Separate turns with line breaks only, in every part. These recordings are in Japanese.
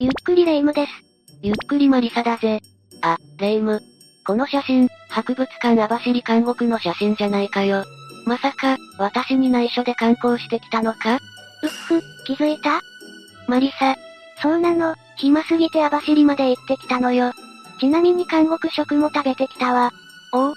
ゆっくりレ夢ムです。
ゆっくりマリサだぜ。あ、レ夢ム。この写真、博物館網走監獄の写真じゃないかよ。まさか、私に内緒で観光してきたのか
うっふ、気づいた
マリサ、
そうなの、暇すぎて網走まで行ってきたのよ。ちなみに韓国食も食べてきたわ。
おお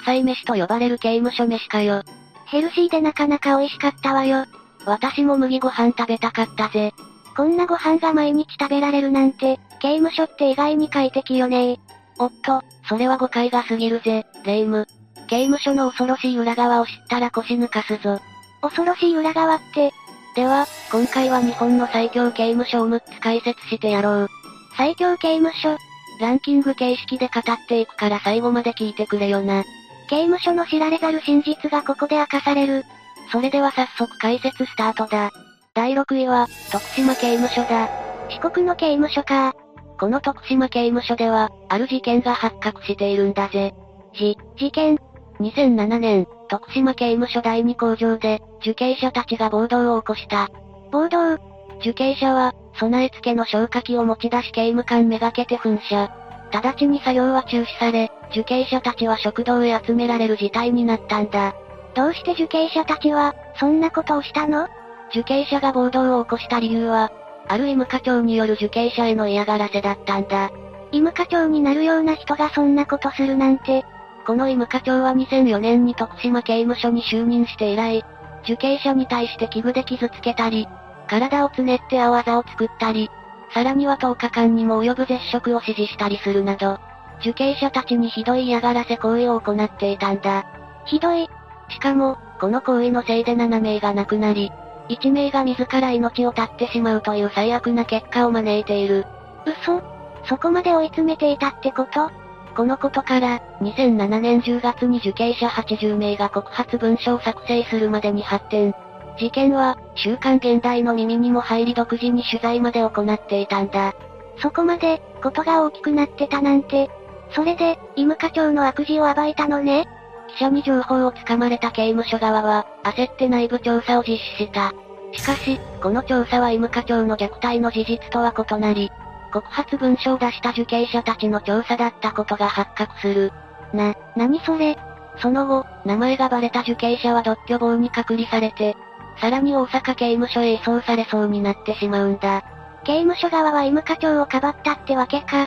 臭い飯と呼ばれる刑務所飯かよ。
ヘルシーでなかなか美味しかったわよ。
私も麦ご飯食べたかったぜ。
こんなご飯が毎日食べられるなんて、刑務所って意外に快適よね
おっと、それは誤解が過ぎるぜ、レ夢ム。刑務所の恐ろしい裏側を知ったら腰抜かすぞ。
恐ろしい裏側って、
では、今回は日本の最強刑務所を6つ解説してやろう。
最強刑務所、
ランキング形式で語っていくから最後まで聞いてくれよな。
刑務所の知られざる真実がここで明かされる。
それでは早速解説スタートだ。第6位は、徳島刑務所だ。
四国の刑務所か。
この徳島刑務所では、ある事件が発覚しているんだぜ。じ、
事件、
2007年、徳島刑務所第2工場で、受刑者たちが暴動を起こした。
暴動、
受刑者は、備え付けの消火器を持ち出し刑務官めがけて噴射。直ちに作業は中止され、受刑者たちは食堂へ集められる事態になったんだ。
どうして受刑者たちは、そんなことをしたの
受刑者が暴動を起こした理由は、ある医務課長による受刑者への嫌がらせだったんだ。
医務課長になるような人がそんなことするなんて、
この医務課長は2004年に徳島刑務所に就任して以来、受刑者に対して器具で傷つけたり、体をつねって青あざを作ったり、さらには10日間にも及ぶ絶食を指示したりするなど、受刑者たちにひどい嫌がらせ行為を行っていたんだ。
ひどい、
しかも、この行為のせいで7名が亡くなり、1名が自ら命を絶ってしまうという最悪な結果を招いている。
嘘そこまで追い詰めていたってこと
このことから、2007年10月に受刑者80名が告発文書を作成するまでに発展。事件は、週刊現代の耳にも入り独自に取材まで行っていたんだ。
そこまで、ことが大きくなってたなんて。それで、医務課長の悪事を暴いたのね。
記者に情報をつかまれた刑務所側は、焦って内部調査を実施した。しかし、この調査は医務課長の虐待の事実とは異なり、告発文書を出した受刑者たちの調査だったことが発覚する。
な、何それ
その後、名前がバレた受刑者は独居房に隔離されて、さらに大阪刑務所へ移送されそうになってしまうんだ。
刑務所側は医務課長をかばったってわけか。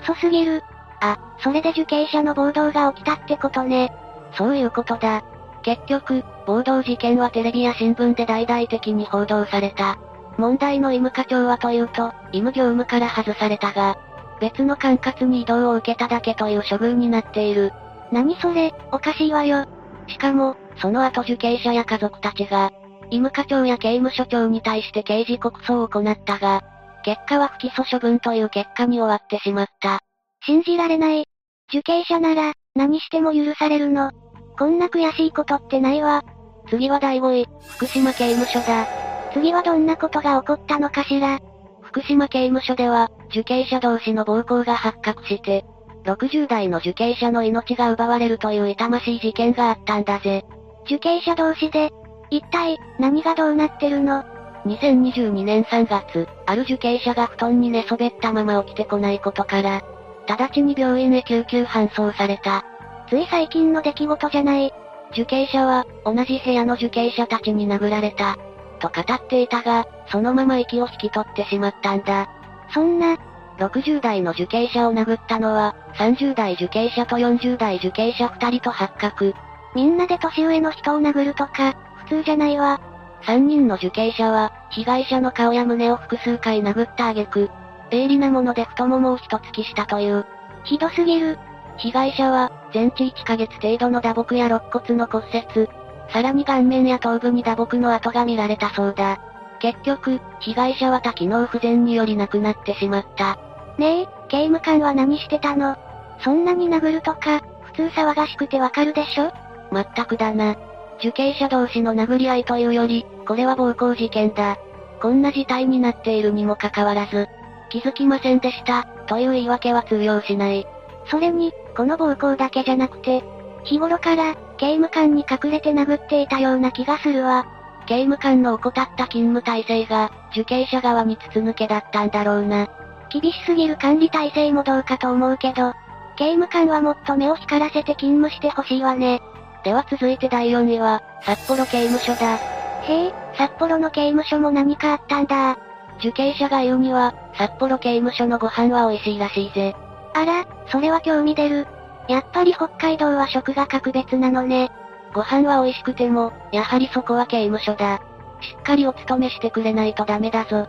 クソすぎる。あ、それで受刑者の暴動が起きたってことね。
そういうことだ。結局、暴動事件はテレビや新聞で大々的に報道された。問題の医務課長はというと、医務業務から外されたが、別の管轄に移動を受けただけという処遇になっている。
何それ、おかしいわよ。
しかも、その後受刑者や家族たちが、医務課長や刑務所長に対して刑事告訴を行ったが、結果は不起訴処分という結果に終わってしまった。
信じられない。受刑者なら、何しても許されるの。こんな悔しいことってないわ。
次は第5位、福島刑務所だ。
次はどんなことが起こったのかしら。
福島刑務所では、受刑者同士の暴行が発覚して、60代の受刑者の命が奪われるという痛ましい事件があったんだぜ。
受刑者同士で、一体、何がどうなってるの
2022年3月、ある受刑者が布団に寝そべったまま起きてこないことから、直ちに病院へ救急搬送された。
つい最近の出来事じゃない。
受刑者は、同じ部屋の受刑者たちに殴られた。と語っていたが、そのまま息を引き取ってしまったんだ。
そんな、
60代の受刑者を殴ったのは、30代受刑者と40代受刑者2人と発覚。
みんなで年上の人を殴るとか、普通じゃないわ。
3人の受刑者は、被害者の顔や胸を複数回殴った挙句、鋭利なもので太ももを一突きしたという。
ひどすぎる。
被害者は、全治1ヶ月程度の打撲や肋骨の骨折、さらに顔面や頭部に打撲の跡が見られたそうだ。結局、被害者は多機能不全により亡くなってしまった。
ねえ、刑務官は何してたのそんなに殴るとか、普通騒がしくてわかるでしょ
まったくだな。受刑者同士の殴り合いというより、これは暴行事件だ。こんな事態になっているにもかかわらず、気づきませんでした、という言い訳は通用しない。
それに、この暴行だけじゃなくて、日頃から、刑務官に隠れて殴っていたような気がするわ。
刑務官の怠った勤務体制が、受刑者側に筒抜けだったんだろうな。
厳しすぎる管理体制もどうかと思うけど、刑務官はもっと目を光らせて勤務してほしいわね。
では続いて第4位は、札幌刑務所だ。
へえ、札幌の刑務所も何かあったんだ。
受刑者が言うには、札幌刑務所のご飯は美味しいらしいぜ。
あら、それは興味出る。やっぱり北海道は食が格別なのね。
ご飯は美味しくても、やはりそこは刑務所だ。しっかりお勤めしてくれないとダメだぞ。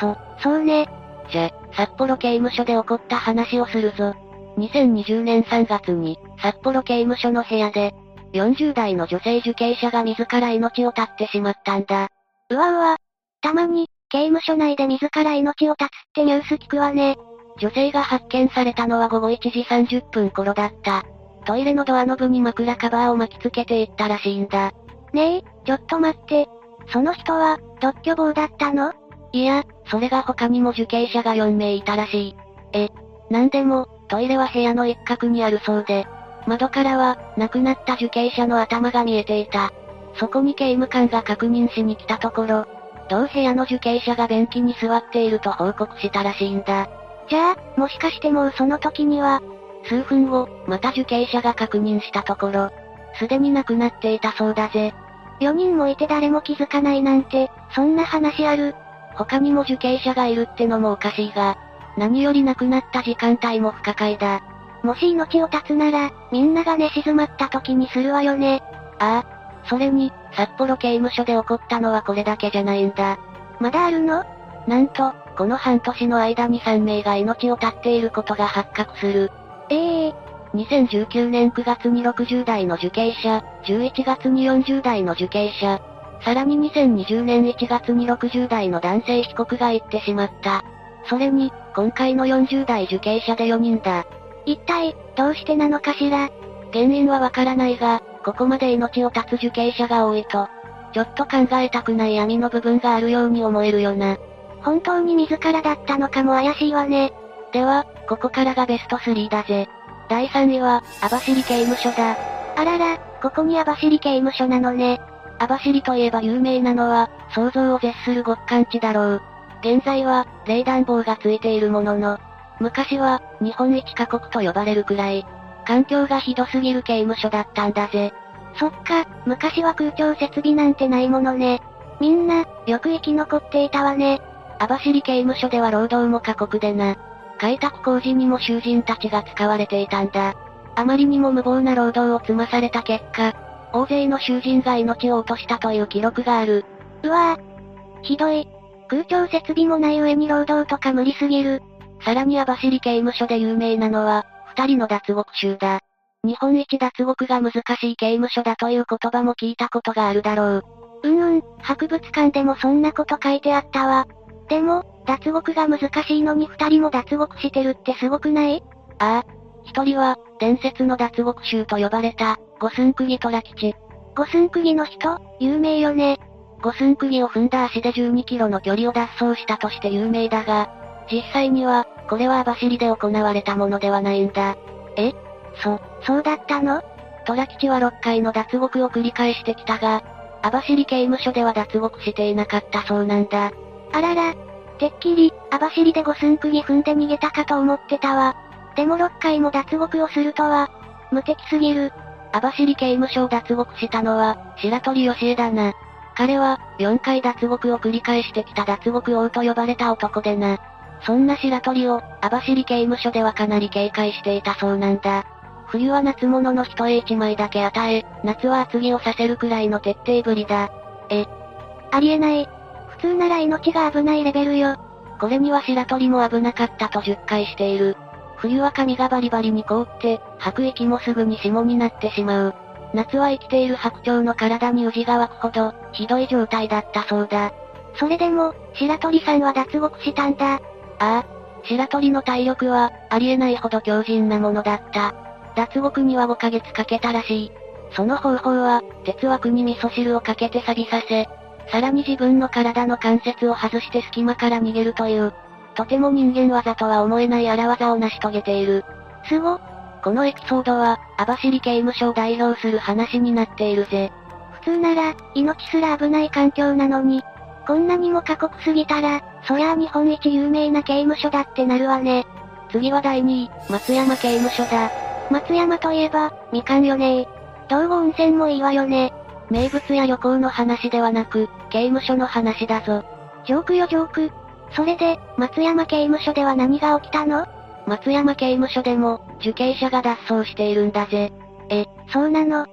そ、そうね。
じゃ、札幌刑務所で起こった話をするぞ。2020年3月に、札幌刑務所の部屋で、40代の女性受刑者が自ら命を絶ってしまったんだ。
うわうわ。たまに、刑務所内で自ら命を絶つってニュース聞くわね。
女性が発見されたのは午後1時30分頃だった。トイレのドアノブに枕カバーを巻きつけていったらしいんだ。
ねえ、ちょっと待って。その人は、独居房だったの
いや、それが他にも受刑者が4名いたらしい。え、なんでも、トイレは部屋の一角にあるそうで、窓からは、亡くなった受刑者の頭が見えていた。そこに刑務官が確認しに来たところ、同部屋の受刑者が便器に座っていると報告したらしいんだ。
じゃあ、もしかしてもうその時には、
数分後、また受刑者が確認したところ、すでに亡くなっていたそうだぜ。
4人もいて誰も気づかないなんて、そんな話ある。
他にも受刑者がいるってのもおかしいが、何より亡くなった時間帯も不可解だ。
もし命を絶つなら、みんなが寝静まった時にするわよね。
ああ。それに、札幌刑務所で起こったのはこれだけじゃないんだ。
まだあるの
なんと、この半年の間に3名が命を絶っていることが発覚する。
ええー、
2019年9月に60代の受刑者、11月に40代の受刑者、さらに2020年1月に60代の男性被告が言ってしまった。それに、今回の40代受刑者で4人だ。
一体、どうしてなのかしら
原因はわからないが、ここまで命を絶つ受刑者が多いと、ちょっと考えたくない闇の部分があるように思えるよな。
本当に自らだったのかも怪しいわね。
では、ここからがベスト3だぜ。第3位は、網走刑務所だ。
あらら、ここに網走刑務所なのね。
網走といえば有名なのは、想像を絶する極寒地だろう。現在は、冷暖房がついているものの、昔は、日本一過酷と呼ばれるくらい、環境がひどすぎる刑務所だったんだぜ。
そっか、昔は空調設備なんてないものね。みんな、よく生き残っていたわね。
網走刑務所では労働も過酷でな。開拓工事にも囚人たちが使われていたんだ。あまりにも無謀な労働を積まされた結果、大勢の囚人が命を落としたという記録がある。
うわぁ、ひどい。空調設備もない上に労働とか無理すぎる。
さらに網走刑務所で有名なのは、二人の脱獄囚だ。日本一脱獄が難しい刑務所だという言葉も聞いたことがあるだろう。
うんうん、博物館でもそんなこと書いてあったわ。でも、脱獄が難しいのに二人も脱獄してるってすごくない
ああ。一人は、伝説の脱獄囚と呼ばれた、五寸釘虎吉。
五寸釘の人、有名よね。
五寸釘を踏んだ足で12キロの距離を脱走したとして有名だが、実際には、これは網走で行われたものではないんだ。
えそ、そうだったの
虎吉は6回の脱獄を繰り返してきたが、網走刑務所では脱獄していなかったそうなんだ。
あらら、てっきり、網走で五寸釘踏んで逃げたかと思ってたわ。でも6回も脱獄をするとは、無敵すぎる。
網走刑務所を脱獄したのは、白鳥義恵だな。彼は、4回脱獄を繰り返してきた脱獄王と呼ばれた男でな。そんな白鳥を、網走刑務所ではかなり警戒していたそうなんだ。冬は夏物の人へ一枚だけ与え、夏は厚着をさせるくらいの徹底ぶりだ。
え。ありえない。普通なら命が危ないレベルよ。
これには白鳥も危なかったと10回している。冬は髪がバリバリに凍って、吐く息もすぐに霜になってしまう。夏は生きている白鳥の体に宇治が湧くほど、ひどい状態だったそうだ。
それでも、白鳥さんは脱獄したんだ。
ああ、白鳥の体力は、ありえないほど強靭なものだった。脱獄には5ヶ月かけたらしい。その方法は、鉄枠に味噌汁をかけて錆びさせ、さらに自分の体の関節を外して隙間から逃げるという、とても人間技とは思えない荒技を成し遂げている。
すご。
このエピソードは、網走刑務所を代表する話になっているぜ。
通なら、命すら危ない環境なのに、こんなにも過酷すぎたら、そりゃあ日本一有名な刑務所だってなるわね。
次は第2位、松山刑務所だ。
松山といえば、みかんよね道後温泉もいいわよね。
名物や旅行の話ではなく、刑務所の話だぞ。
ジョークよジョーク。それで、松山刑務所では何が起きたの
松山刑務所でも、受刑者が脱走しているんだぜ。
え、そうなの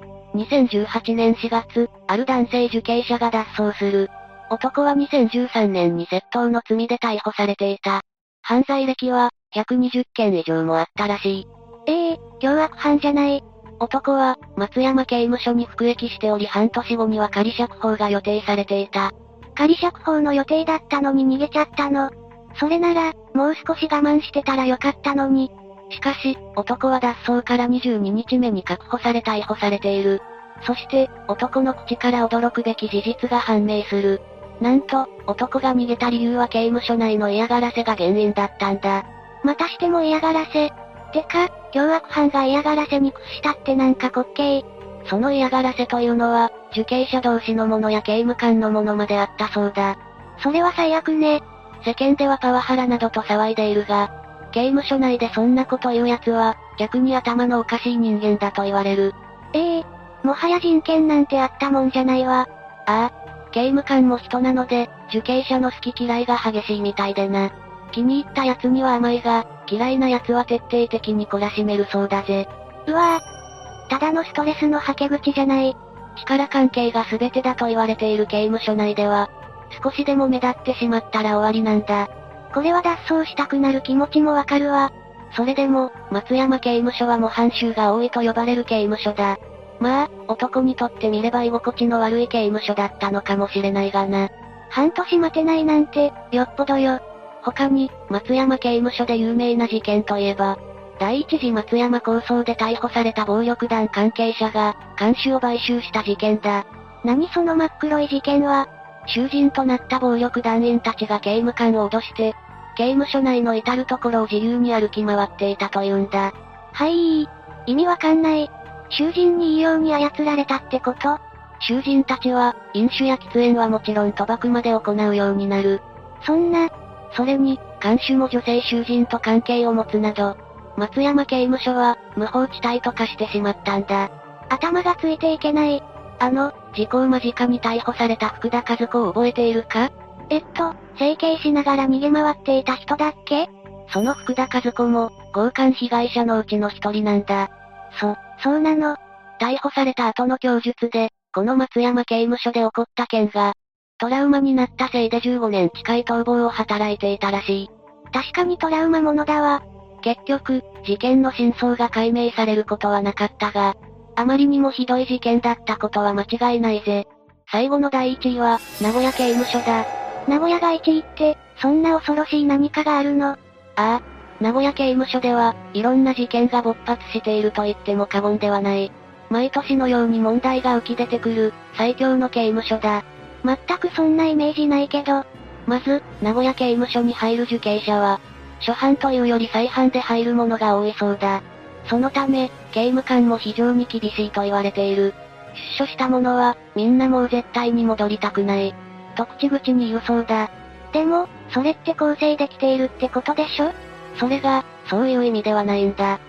2018年4月、ある男性受刑者が脱走する。男は2013年に窃盗の罪で逮捕されていた。犯罪歴は、120件以上もあったらしい。
ええ凶悪犯じゃない。
男は、松山刑務所に服役しており半年後には仮釈放が予定されていた。
仮釈放の予定だったのに逃げちゃったの。それなら、もう少し我慢してたらよかったのに。
しかし、男は脱走から22日目に確保され逮捕されている。そして、男の口から驚くべき事実が判明する。なんと、男が逃げた理由は刑務所内の嫌がらせが原因だったんだ。
またしても嫌がらせ。てか、凶悪犯が嫌がらせに屈したってなんか滑稽。
その嫌がらせというのは、受刑者同士のものや刑務官のものまであったそうだ。
それは最悪ね。
世間ではパワハラなどと騒いでいるが、刑務所内でそんなこと言う奴は、逆に頭のおかしい人間だと言われる。
ええもはや人権なんてあったもんじゃないわ。
ああ、刑務官も人なので、受刑者の好き嫌いが激しいみたいでな。気に入った奴には甘いが、嫌いな奴は徹底的に懲らしめるそうだぜ。
うわぁ。ただのストレスの吐け口じゃない。
力関係が全てだと言われている刑務所内では、少しでも目立ってしまったら終わりなんだ。
これは脱走したくなる気持ちもわかるわ。
それでも、松山刑務所は模範囚が多いと呼ばれる刑務所だ。まあ、男にとってみれば居心地の悪い刑務所だったのかもしれないがな。
半年待てないなんて、よっぽどよ。
他に、松山刑務所で有名な事件といえば、第一次松山抗争で逮捕された暴力団関係者が、監視を買収した事件だ。
何その真っ黒い事件は、
囚人となった暴力団員たちが刑務官を脅して、刑務所内の至る所を自由に歩き回っていたというんだ。
はい、意味わかんない。囚人に異様に操られたってこと
囚人たちは、飲酒や喫煙はもちろん賭博まで行うようになる。
そんな、
それに、監守も女性囚人と関係を持つなど、松山刑務所は、無法地帯と化してしまったんだ。
頭がついていけない。
あの、時効間近に逮捕された福田和子を覚えているか
えっと、整形しながら逃げ回っていた人だっけ
その福田和子も、強姦被害者のうちの一人なんだ。
そ、そうなの。
逮捕された後の供述で、この松山刑務所で起こった件が、トラウマになったせいで15年近い逃亡を働いていたらしい。
確かにトラウマものだわ。
結局、事件の真相が解明されることはなかったが、あまりにもひどい事件だったことは間違いないぜ。最後の第1位は、名古屋刑務所だ。
名古屋が1位って、そんな恐ろしい何かがあるのあ
あ、名古屋刑務所では、いろんな事件が勃発していると言っても過言ではない。毎年のように問題が浮き出てくる、最強の刑務所だ。
全くそんなイメージないけど。
まず、名古屋刑務所に入る受刑者は、初犯というより再犯で入るものが多いそうだ。そのため、刑務官も非常に厳しいと言われている。出所した者は、みんなもう絶対に戻りたくない。と口々に言うそうだ。
でも、それって構成できているってことでしょ
それが、そういう意味ではないんだ。ん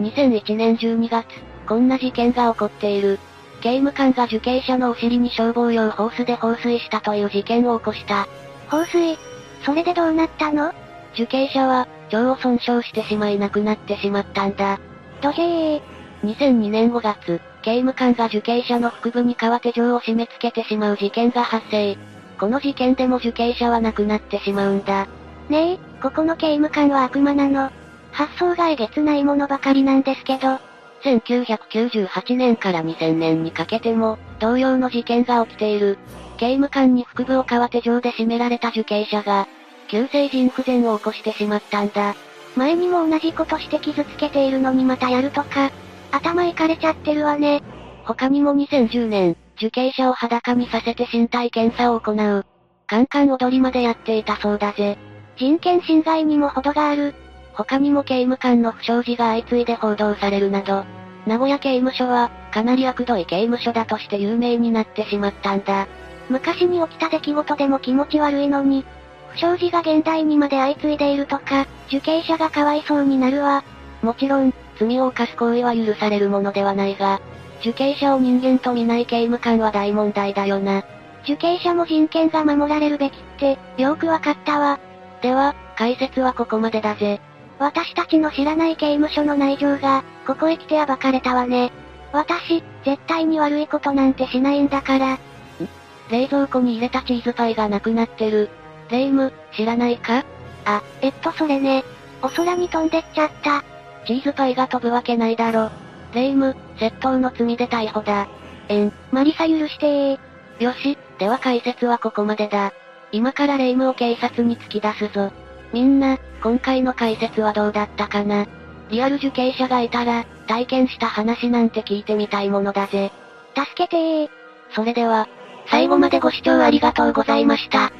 ?2001 年12月、こんな事件が起こっている。刑務官が受刑者のお尻に消防用ホースで放水したという事件を起こした。
放水それでどうなったの
受刑者は、腸を損傷してしまい亡くなってしまったんだ。
どへー。
2002年5月、刑務官が受刑者の腹部に革手錠を締め付けてしまう事件が発生。この事件でも受刑者は亡くなってしまうんだ。
ねえ、ここの刑務官は悪魔なの。発想がえげつないものばかりなんですけど。
1998年から2000年にかけても、同様の事件が起きている。刑務官に腹部を革手錠で締められた受刑者が、急性腎不全を起こしてしまったんだ。
前にも同じことして傷つけているのにまたやるとか、頭いかれちゃってるわね。
他にも2010年、受刑者を裸にさせて身体検査を行う。カンカン踊りまでやっていたそうだぜ。
人権侵害にも程がある。
他にも刑務官の不祥事が相次いで報道されるなど、名古屋刑務所は、かなり悪どい刑務所だとして有名になってしまったんだ。
昔に起きた出来事でも気持ち悪いのに、不祥事が現代にまで相次いでいるとか、受刑者がかわいそうになるわ。
もちろん、罪を犯す行為は許されるものではないが、受刑者を人間と見ない刑務官は大問題だよな。
受刑者も人権が守られるべきって、よくわかったわ。
では、解説はここまでだぜ。
私たちの知らない刑務所の内情が、ここへ来て暴かれたわね。私、絶対に悪いことなんてしないんだから。ん
冷蔵庫に入れたチーズパイがなくなってる。レイム、知らないか
あ、えっとそれね。お空に飛んでっちゃった。
チーズパイが飛ぶわけないだろ。レイム、窃盗の罪で逮捕だ。
えん、マリサ許してー。
よし、では解説はここまでだ。今からレイムを警察に突き出すぞ。みんな、今回の解説はどうだったかなリアル受刑者がいたら、体験した話なんて聞いてみたいものだぜ。
助けてー。
それでは、最後までご視聴ありがとうございました。